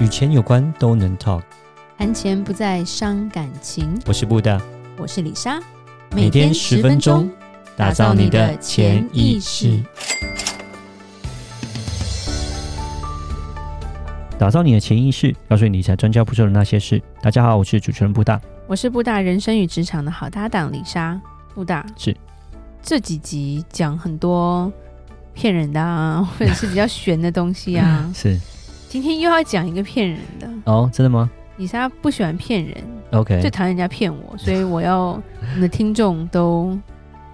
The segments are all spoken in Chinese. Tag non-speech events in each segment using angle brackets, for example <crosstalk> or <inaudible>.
与钱有关都能 talk。谈钱不再伤感情。我是布大，我是李莎，每天十分钟，打造你的潜意识。，打造你的潜意识，告诉你理财专家不说的那些事。大家好，我是主持人布大。我是布大人生与职场的好搭档李莎。布大是。这几集讲很多骗人的啊， <laughs> 或者是比较悬的东西 <laughs> 啊是今天又要讲一个骗人的，哦，真的吗李莎不喜欢骗人，最？OK，讨厌人家骗我，所以我要我们的听众都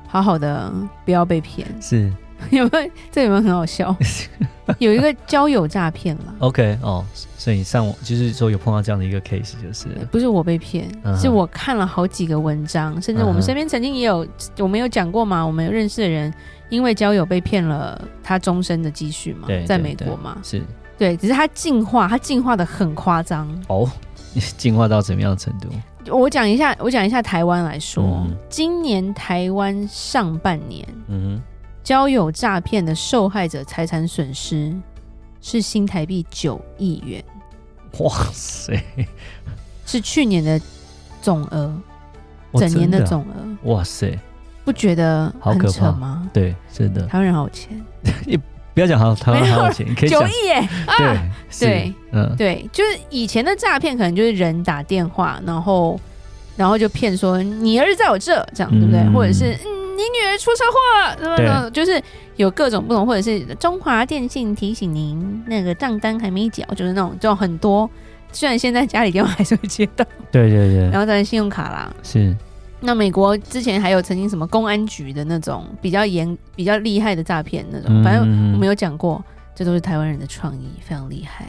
好好的，不要被骗。 <laughs> 是 <laughs> 有没有？这有没有很好笑？有一个交友诈骗啦。 OK 哦，所以上网就是说有碰到这样的一个 case，就是了不是我被骗，嗯哼是我看了好几个文章，甚至我嗯哼们身边曾经也有，我们有讲过嘛，我们有认识的人因为交友被骗了他终身的积蓄嘛对，在对美对国嘛，是对，只是他进化，他进化的很夸张。哦，进化到怎么样的程度？我讲一下，我讲一下台湾来说，嗯今年台湾上半年嗯交友诈骗的受害者财产损失是新台币九亿元，哼，哇 <laughs> 塞，是去年的总额，哦整年的啊总额，哇塞，不觉得好很可扯怕吗？对，真的，台湾人好有钱，不要讲好台湾没有好有钱，你可以九讲亿耶！对啊，是对嗯，对，就是以前的诈骗可能就是人打电话，然后然后就骗说你儿子在我这，这样对不对？嗯或者是、嗯、你女儿出车祸了，什么什么，就是有各种不同，或者是中华电信提醒您那个账单还没缴，就是那种就很多。虽然现在家里电话还是会接到，对对然 <laughs> 对，后当然信用卡啦。是那美国之前还有曾经什么公安局的那种比较严、比较厉害的诈骗那种，反正正我们有讲过，这都是台湾人的创意，非常厉 <laughs> 害。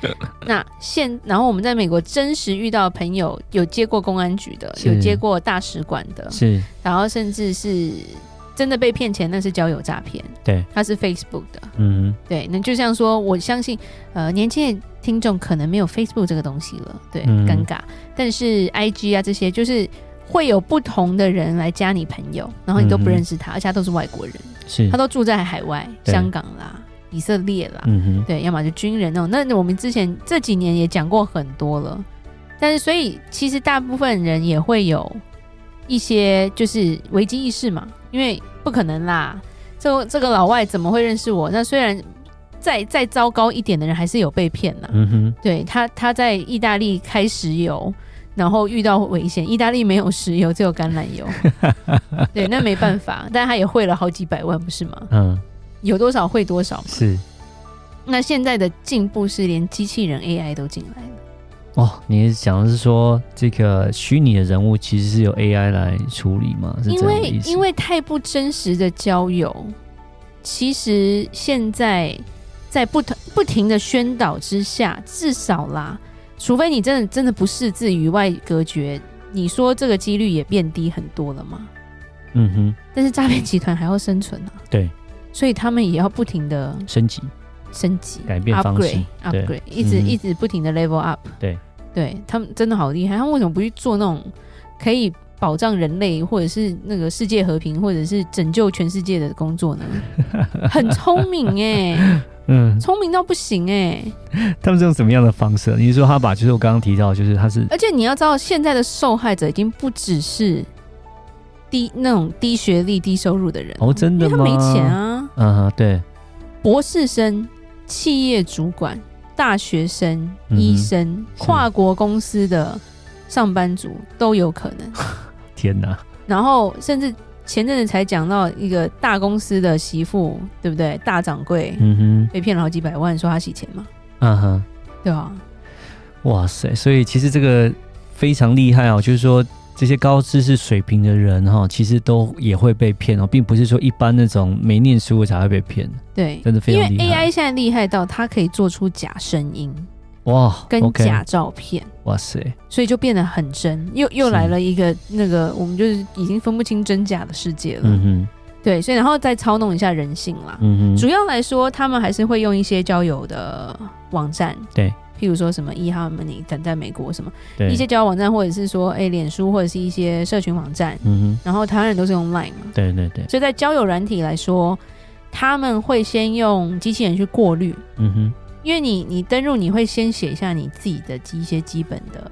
对，那现然后我们在美国真实遇到朋友，有接过公安局的，是有接过大使馆的，是然后甚至是真的被骗钱，那是交友诈骗，对，它是 Facebook 的。嗯对，那就像说，我相信，呃，年轻的听众可能没有 Facebook 这个东西了，对，嗯尴尬。但是 IG 啊这些，就是会有不同的人来加你朋友，然后你都嗯不哼认识他，而且他都是外国人。是他，都住在海外，嗯对香港啦、以色列啦，嗯哼，对，要么就军人那种。那我们之前这几年也讲过很多了，但是所以其实大部分人也会有一些就是危机意识嘛，因为不可能啦，这这个老外怎么会认识我？那虽然再再糟糕一点的人，还是有被骗呐、嗯哼，对他，他在意大利开石油，然后遇到危险。意大利没有石油，只有橄榄 <laughs> 油。对，那没办法，但他也汇了好几百万，不是吗？嗯有多少会多少嘛。是，那现在的进步是连机器人 AI 都进来了，哦，你讲的是说这个虚拟的人物其实是由 AI 来处理吗？是因这样的为意思？因为太不真实的交友，其实现在在不同不停的宣导之下，至少啦，除非你真的真的不是自与外隔绝，你说这个几率也变低很多了嘛。嗯哼，但是诈骗集团还要生存啊，对，所以他们也要不停的升级，升级、改变方式 upgrade、对 upgrade，一直、嗯哼一直不停的 level up。对，对他们真的好厉害，他们为什么不去做那种可以保障人类或者是那个世界和平，或者是拯救全世界的工作呢？很聪明哎、嗯，聪明到不行哎、他们是用什么样的方式？你是说他把就是我刚刚提到，就是他是而且你要知道，现在的受害者已经不只是低那种低学历、低收入的人，哦，真因的为他吗？没钱，啊。嗯哼，对，博士生、企业主管、大学生、嗯哼医生、是跨国公司的上班族都有可 <laughs> 能。天哪，然后，甚至前阵子才讲到一个大公司的媳妇，对不对？大掌柜嗯被骗了好几百万，说他洗钱嘛，哼，嗯哼。对吧？哇塞！所以其实这个非常厉害哦，就是说这些高知识水平的人哈、其实都也会被骗哦，并不是说一般那种没念书的才会被骗。对，真的非因常为厉害 AI 现在厉害到它可以做出假声音哇，跟 OK，假照片。哇塞，所以就变得很真，又又是来了一个那个，我们就是已经分不清真假的世界了。嗯哼，对，所以然后再操弄一下人性啦。嗯主哼，要来说，他们还是会用一些交友的网站，对，譬如说什么一号 money 等在美国什么对，一些交友网站，或者是说哎脸书或者是一些社群网站，嗯哼，然后台湾人都是用 Line 嘛，对对对，所以在交友软体来说，他们会先用机器人去过滤，嗯哼，因为你你登入你会先写一下你自己的基一些基本的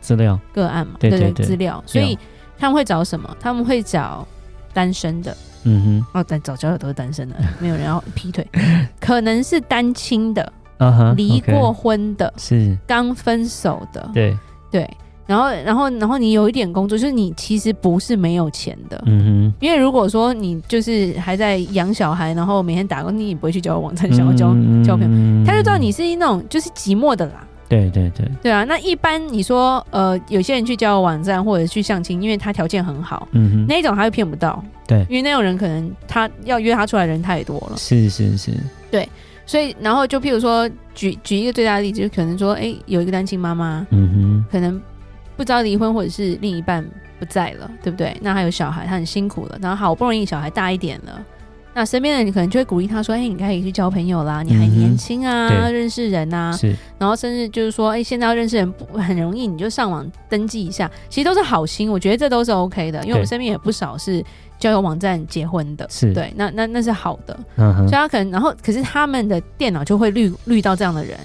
资料个案嘛，对对对对资料，所以他们会找什么？他们会找单身的，嗯哦，但找交友都是单身的，没有人要劈腿， <laughs> 可能是单亲的、哼，啊哈，离 OK 过哦婚的、是，刚分手的，对，对，然后然后然后你有一点工作，就是你其实不是没有钱的，嗯因为如果说你就是还在养小孩，然后每天打工，你也不会去交友网站哼，想要交，嗯交朋友他就知道，你是那种就是寂寞的啦，对对对，对啊。那一般你说呃，有些人去交友网站或者去相亲，因为他条件很好，嗯哼，那一种他会骗不到，对因为那种人可能他要约他出来的人太多了，是是是，所以然后就譬如说举举一个最大的例子，就可能说哎、有一个单亲妈妈，嗯可能不知道离婚，或者是另一半不在了，对不对？那还有小孩，他很辛苦了，然后好不容易小孩大一点了，那身边的人可能就会鼓励他说：“哎、你可以去交朋友啦，你还嗯哼年轻啊，对认识人啊哼，。是，”然后甚至就是说：“哎、现在要认识人不很容易，你就上网登记一下。”其实都是好心，我觉得这都是 OK 的，因为我们对身边也不少是交友网站结婚的，是对，那那那是好的，嗯所哼，以他可能然后可是他们的电脑就会滤滤到这样的人，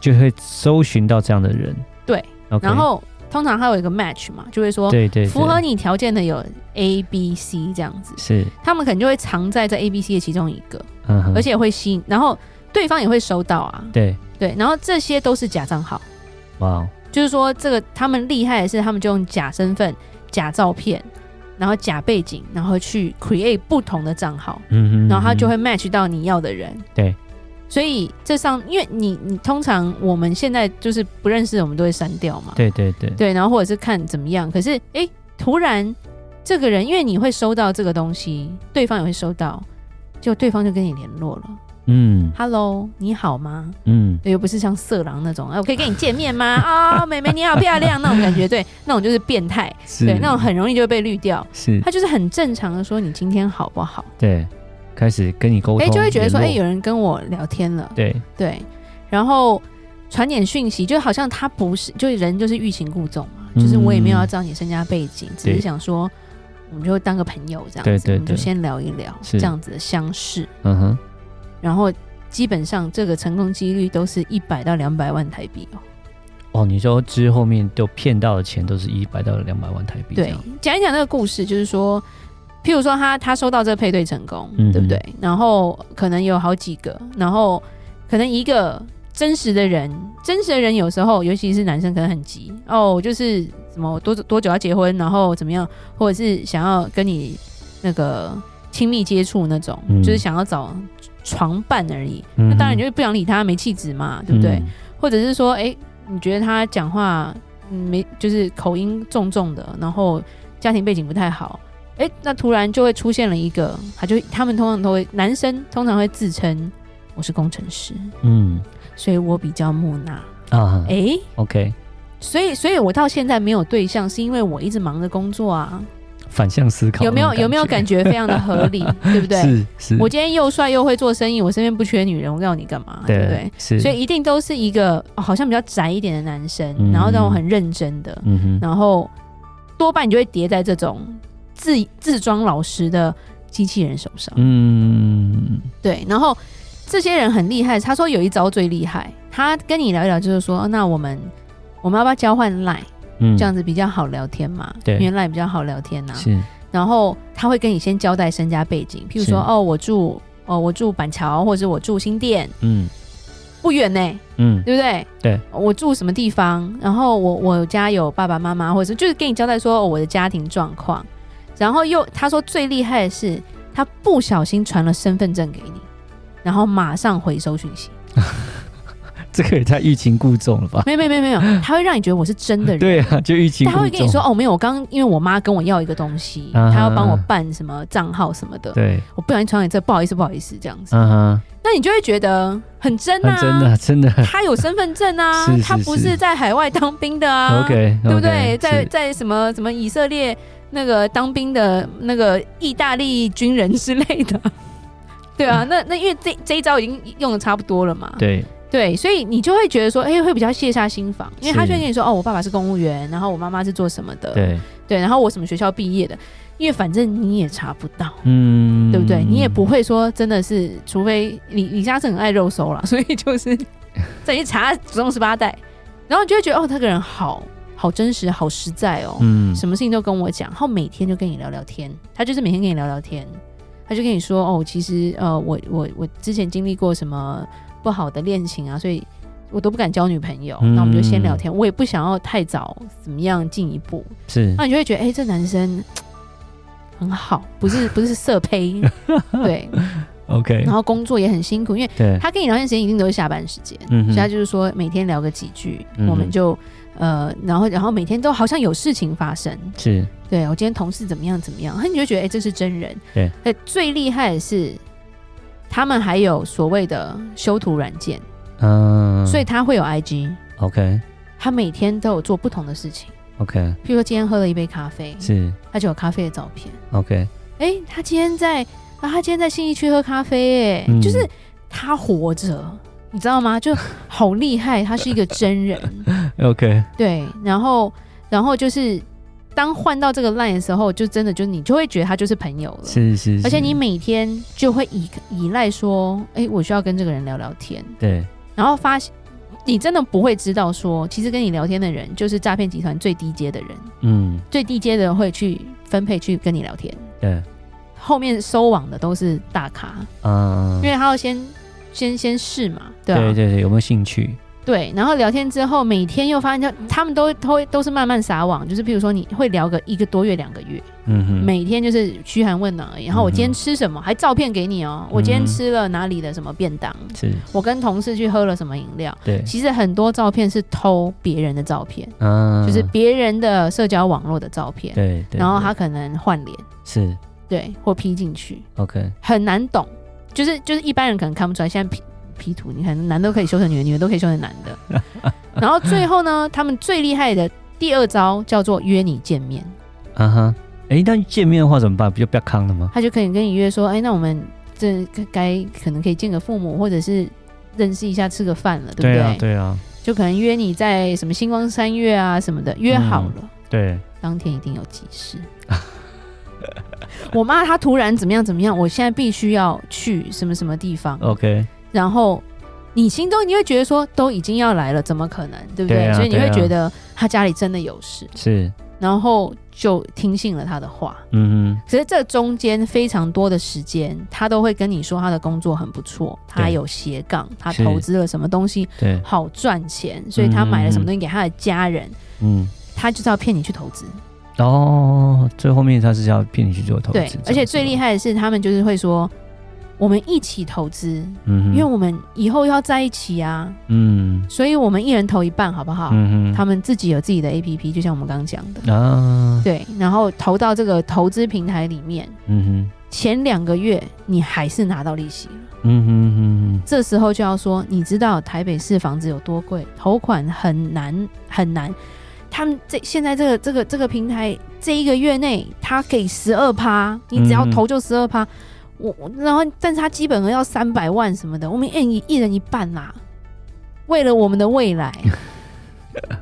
就会搜寻到这样的人，对 OK，然后通常还有一个 match 嘛，就会说对对，对符合你条件的有 A、B、C 这样子，是，他们可能就会藏在这 A、B、C 的其中一个，嗯哼，而且会吸引，然后对方也会收到啊，对，对，然后这些都是假账号，哇哦，就是说这个他们厉害的是，他们就用假身份、假照片，然后假背景，然后去 create 不同的账号，嗯哼，然后他就会嗯 match 到你要的人，对。所以这上，因为你你通常我们现在就是不认识，的，我们都会删掉嘛哼，。对对对，对，然后或者是看怎么样。可是哎、诶突然这个人，因为你会收到这个东西，对方也会收到，就对方就跟你联络了。嗯 Hello，你好吗？嗯，对，又不是像色狼那种，哎、我可以跟你见面 <laughs> 吗？啊、妹妹你好漂亮那种感觉，对，那种就是变态，是，对，那种很容易就会被滤掉。是，他就是很正常的说你今天好不好？对，开始跟你沟通，哎、就会觉得说，哎、联络有人跟我聊天了，对，对，然后传点讯息，就好像他不是，就人就是欲擒故纵嘛，就是我也没有要知道你身家背景，只是嗯对想说我们就当个朋友这样子，对对我们就对先聊一聊是这样子的相识，嗯哼，然后基本上这个成功几率都是一百到两百万台币哦。哦，你说之后面都骗到的钱都是一百到两百万台币，这对样，，讲一讲那个故事，就是说。譬如说他他收到这个配对成功，嗯哼对不对？然后可能有好几个，然后可能一个真实的人，真实的人有时候，尤其是男生，可能很急哦，就是什么多多久要结婚，然后怎么样，或者是想要跟你那个亲密接触那种，嗯就是想要找床伴而已。嗯那哼当然你就不想理他，没气质嘛，对不对？嗯或者是说，哎、你觉得他讲话嗯没就是口音重重的，然后家庭背景不太好，哎、那突然就会出现了一个，他就他们通常都会男生通常会自称我是工程师，嗯所以我比较木讷，啊哎、 ，OK，所以，所以我到现在没有对象，是因为我一直忙着工作啊。反向思考有没有有没有感觉非常的合理，对不 <laughs> 觉？对？是是，我今天又帅又会做生意，我身边不缺女人，我告诉你干嘛，对不对？是，所以一定都是一个、哦好像比较宅一点的男生，嗯然后让我很认真的，嗯哼，然后多半你就会叠在这种自自装老实的机器人手上。嗯对，然后这些人很厉害，他说有一招最厉害，他跟你聊一聊，就是说、哦那我们我们要不要交换 line，、嗯，这样子比较好聊天嘛？对因为 line 比较好聊天呐、啊是，然后他会跟你先交代身家背景，譬如说是哦，我住哦我住板桥，或者是我住新店，嗯不远呢、嗯对不对？对，我住什么地方，然后我我家有爸爸妈妈，或者是就是跟你交代说、哦我的家庭状况，然后又他说最厉害的是他不小心传了身份证给你，然后马上回收讯 <laughs> 息，这个也太欲擒故纵了吧？没有没有没有没 <laughs> 有，他会让你觉得我是真的人。对啊，就欲擒故他纵，会跟你说哦，没有，我刚因为我妈跟我要一个东西，啊哈她要帮我办什么账号什么的，对，我不小心传给这，不好意思，不好意思，这样子，嗯哼，那你就会觉得很真啊，很真的 <laughs> 真的他有身份证 <laughs> 啊，是是他不是是在海外当兵的啊，OK，对不对？在在什么什么以色列那个当兵的那个意大利军人之类的，对啊，那那因为这这一招已经用的差不多了嘛，对对，所以你就会觉得说，哎、会比较卸下心防，因为他是就会跟你说，哦，我爸爸是公务员，然后我妈妈是做什么的，对，对然后我什么学校毕业的，因为反正你也查不到，嗯，对不对？你也不会说真的是，除非李李嘉诚很爱肉搜啦， <laughs> 所以就是 <laughs> 再去查祖宗十八代，然后你就会觉得，哦，他个人好好真实，好实在哦，嗯，什么事情都跟我讲，然后每天就跟你聊聊天，他就是每天跟你聊聊天，他就跟你说哦，其实呃，我我我之前经历过什么不好的恋情啊，所以我都不敢交女朋友。嗯那我们就先聊天，我也不想要太早怎么样进一步，是那你就会觉得哎、这男生嘖很好，<laughs> 不是不是色胚，对， OK，然后工作也很辛苦，因为对，他跟你聊天时间一定都是下班时间。嗯所以他哼，就是说每天聊个几句，嗯哼我们就呃，然后然后每天都好像有事情发生，是对我今天同事怎么样怎么样，他你就觉得哎、这是真人。对，哎，最厉害的是他们还有所谓的修图软件，嗯，所以他会有 IG， OK 他每天都有做不同的事情， OK 譬如说今天喝了一杯咖啡，是他就有咖啡的照片。 OK，哎、他今天在啊，他今天在信义区喝咖啡、哎、嗯就是他活着。你知道吗？就好厉害，他是一个真人。 <laughs> OK，对，然后，然后就是当换到这个 line 的时候，就真的就你就会觉得他就是朋友了。是是，而且你是每天就会依依赖说，哎、我需要跟这个人聊聊天，对然后发现你真的不会知道说，其实跟你聊天的人就是诈骗集团最低阶的人，嗯最低阶的会去分配去跟你聊天，对后面收网的都是大咖，啊，因为他要先先先试嘛，对啊，对对对，有没有兴趣？对，然后聊天之后，每天又发现他他们都都都是慢慢撒网，就是譬如说你会聊个一个多月、两个月，嗯哼，每天就是嘘寒问暖而已。然后我今天吃什么，还照片给你嗯哦、我今天吃了哪里的什么便当，是我跟同事去喝了什么饮料。对其实很多照片是偷别人的照片，啊，就是别人的社交网络的照片，对对，然后对他可能换脸，是对，或 P 进去， OK，很难懂。就是就是一般人可能看不出来，现在 P P 图，你可能男的可以修成女的，女的都可以修成男 <laughs> 的。然后最后呢，他们最厉害的第二招叫做约你见面。啊哈，哎，那见面的话怎么办？不就不要康了吗？他就可以跟你约说，哎、那我们这该可能可以见个父母，或者是认识一下，吃个饭了，对不对？啊，对啊，就可能约你在什么星光三月啊什么的，约好了，嗯对，当天一定有急事。 <laughs> 我妈她突然怎么样怎么样，我现在必须要去什么什么地方， OK，然后你心中你会觉得说都已经要来了，怎么可能，对不对？对啊所以你会对啊觉得她家里真的有事，是，然后就听信了她的话。嗯可是这中间非常多的时间，他都会跟你说他的工作很不错，他有斜杠，他是投资了什么东西哼，对，好赚钱，所以他买了什么东西给他的家人，嗯，他就是要骗你去投资。哦，最后面他是要骗你去做投资，对，而且最厉害，害的是，他们就是会说我们一起投资，嗯哼，因为我们以后要在一起啊，嗯所以我们一人投一半，好不好？嗯他们自己有自己的 APP，就像我们刚刚讲的，哼，啊，对，然后投到这个投资平台里面，嗯前两个月你还是拿到利息了。哼，嗯哼嗯这时候就要说，你知道台北市房子有多贵，头款很难很难。他们这现在这个这个这个平台，这一个月内他给十二趴，你只要嗯投就十二趴。我我然后，但是他基本额要三百万什么的，我们一人一一人一半啦，为了我们的未来，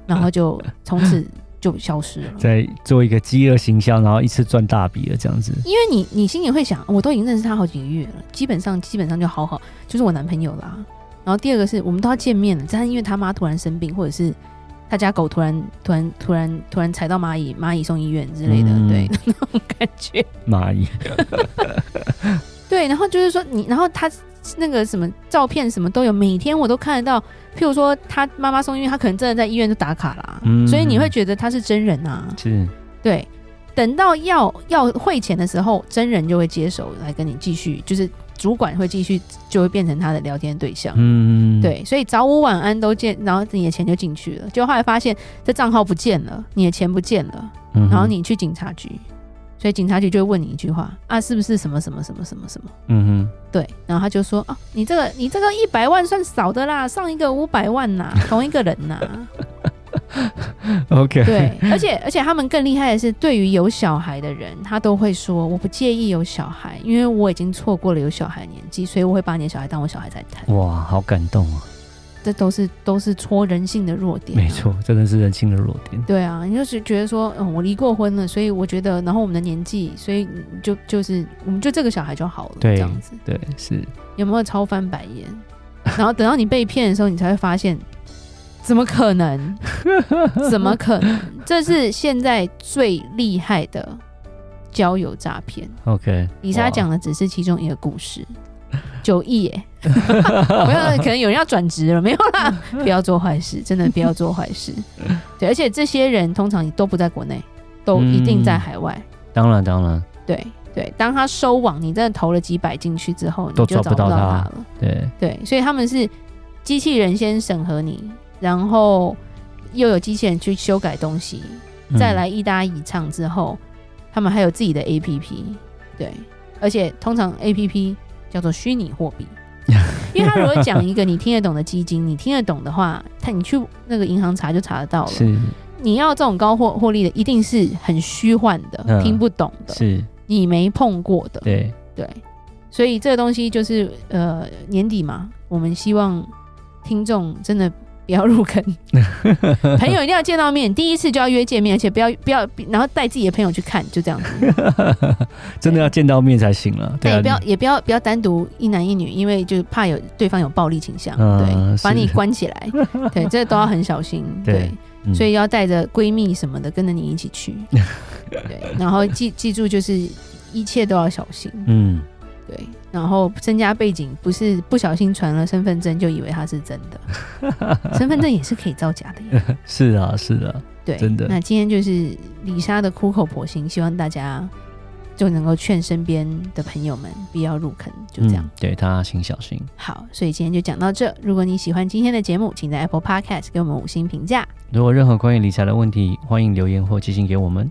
然后就从此就消失了哼，。再做一个饥饿行销，然后一次赚大笔了这样子，因为你你心里会想，我都已经认识他好几个月了，基本上基本上就好好就是我男朋友啦。然后第二个是我们都要见面了，但是因为他妈突然生病，或者是他家狗突然突然突然突然踩到蚂蚁，蚂蚁送医院之类的，嗯对 <laughs> 那种感觉。蚂蚁，对，然后就是说你，然后他那个什么照片什么都有，每天我都看得到。譬如说他妈妈送医院，他可能真的在医院就打卡啦，嗯所以你会觉得他是真人啊。是，对，等到要要汇钱的时候，真人就会接手来跟你继续，就是主管会继续，就会变成他的聊天对象。嗯，，对，所以早午晚安都见，然后你的钱就进去了。就后来发现这账号不见了，你的钱不见了，嗯哼然后，你去警察局，所以警察局就会问你一句话啊，是不是什么什么什么什么什么？嗯对，然后他就说啊，你这个你这个一百万算少的啦，上一个五百万呐，同一个人呐。哼，OK，<laughs> <laughs> 对，而且而且他们更厉害的是，对于有小孩的人，他都会说我不介意有小孩，因嗯为我已经错过了有小孩的年纪，所以我会把你的小孩当我小孩在谈。哇，好感动啊！这都是都是戳人性的弱点、没。错，真的是人性的弱点。对啊，你就是觉得说，嗯，我离过婚了，所以我觉得，然后我们的年纪，所以就就是我们就这个小孩就好了，对这样子对，是有没有超翻白眼？ <laughs> 然后等到你被骗的时候，你才会发现，怎么可 <laughs> 能？怎么可能？这是现在最厉害的交友诈骗。 OK。李莎讲的只是其中一个故事，九 <laughs> 亿耶！没有，可能有人要转职了，没有啦，不要做坏事，真的不要做坏事。对，而且这些人通常都不在国内，都一定嗯在海外。哇，当然当然，对对，当他收网，你真的投了几百进去之后，你都就找找不到到他了。对，对，所以他们是机器人先审核你，然后又有机器人去修改东西，嗯再来一搭一唱之后，他们还有自己的 APP，对，而且通常 APP 叫做虚拟货 <laughs> 币，因为他如果讲一个你听得懂的基金，你听得懂的话，他你去那个银行查就查得到了。是你要这种高获获利的，一定是很虚幻的、嗯听不懂的，是，你没碰过的，对， <laughs> 对，所以这个东西就是呃年底嘛，我们希望听众真的不要入 <laughs> 坑，朋友一定要见到面，第一次就要约见面，而且不要不要，然后带自己的朋友去看，就这样子。真的要见到面才行了。 <laughs> 对但啊，也哎不要也不要不要单独一男一女，因为就怕有对方有暴力倾向，嗯对，把是你关 <laughs> 起来，对，这都要很小心，对嗯对。你所以要带着闺蜜什么的跟着你一起 <laughs> 去，对，然后记记住就是一切都要小心，嗯嗯对，然后身家背景不是不小心传了身份证就以为它是真的， <laughs> 身份证也是可以造假的呀。是啊是啊，对，真的那今天就是李莎的苦口婆心，希望大家就能够劝身边的朋友们不要入坑，就这样。嗯，对大家请小心。好，所以今天就讲到这。如果你喜欢今天的节目，请在 Apple Podcast 给我们五星评价，如果任何关于理财的问题，欢迎留言或寄信给我们。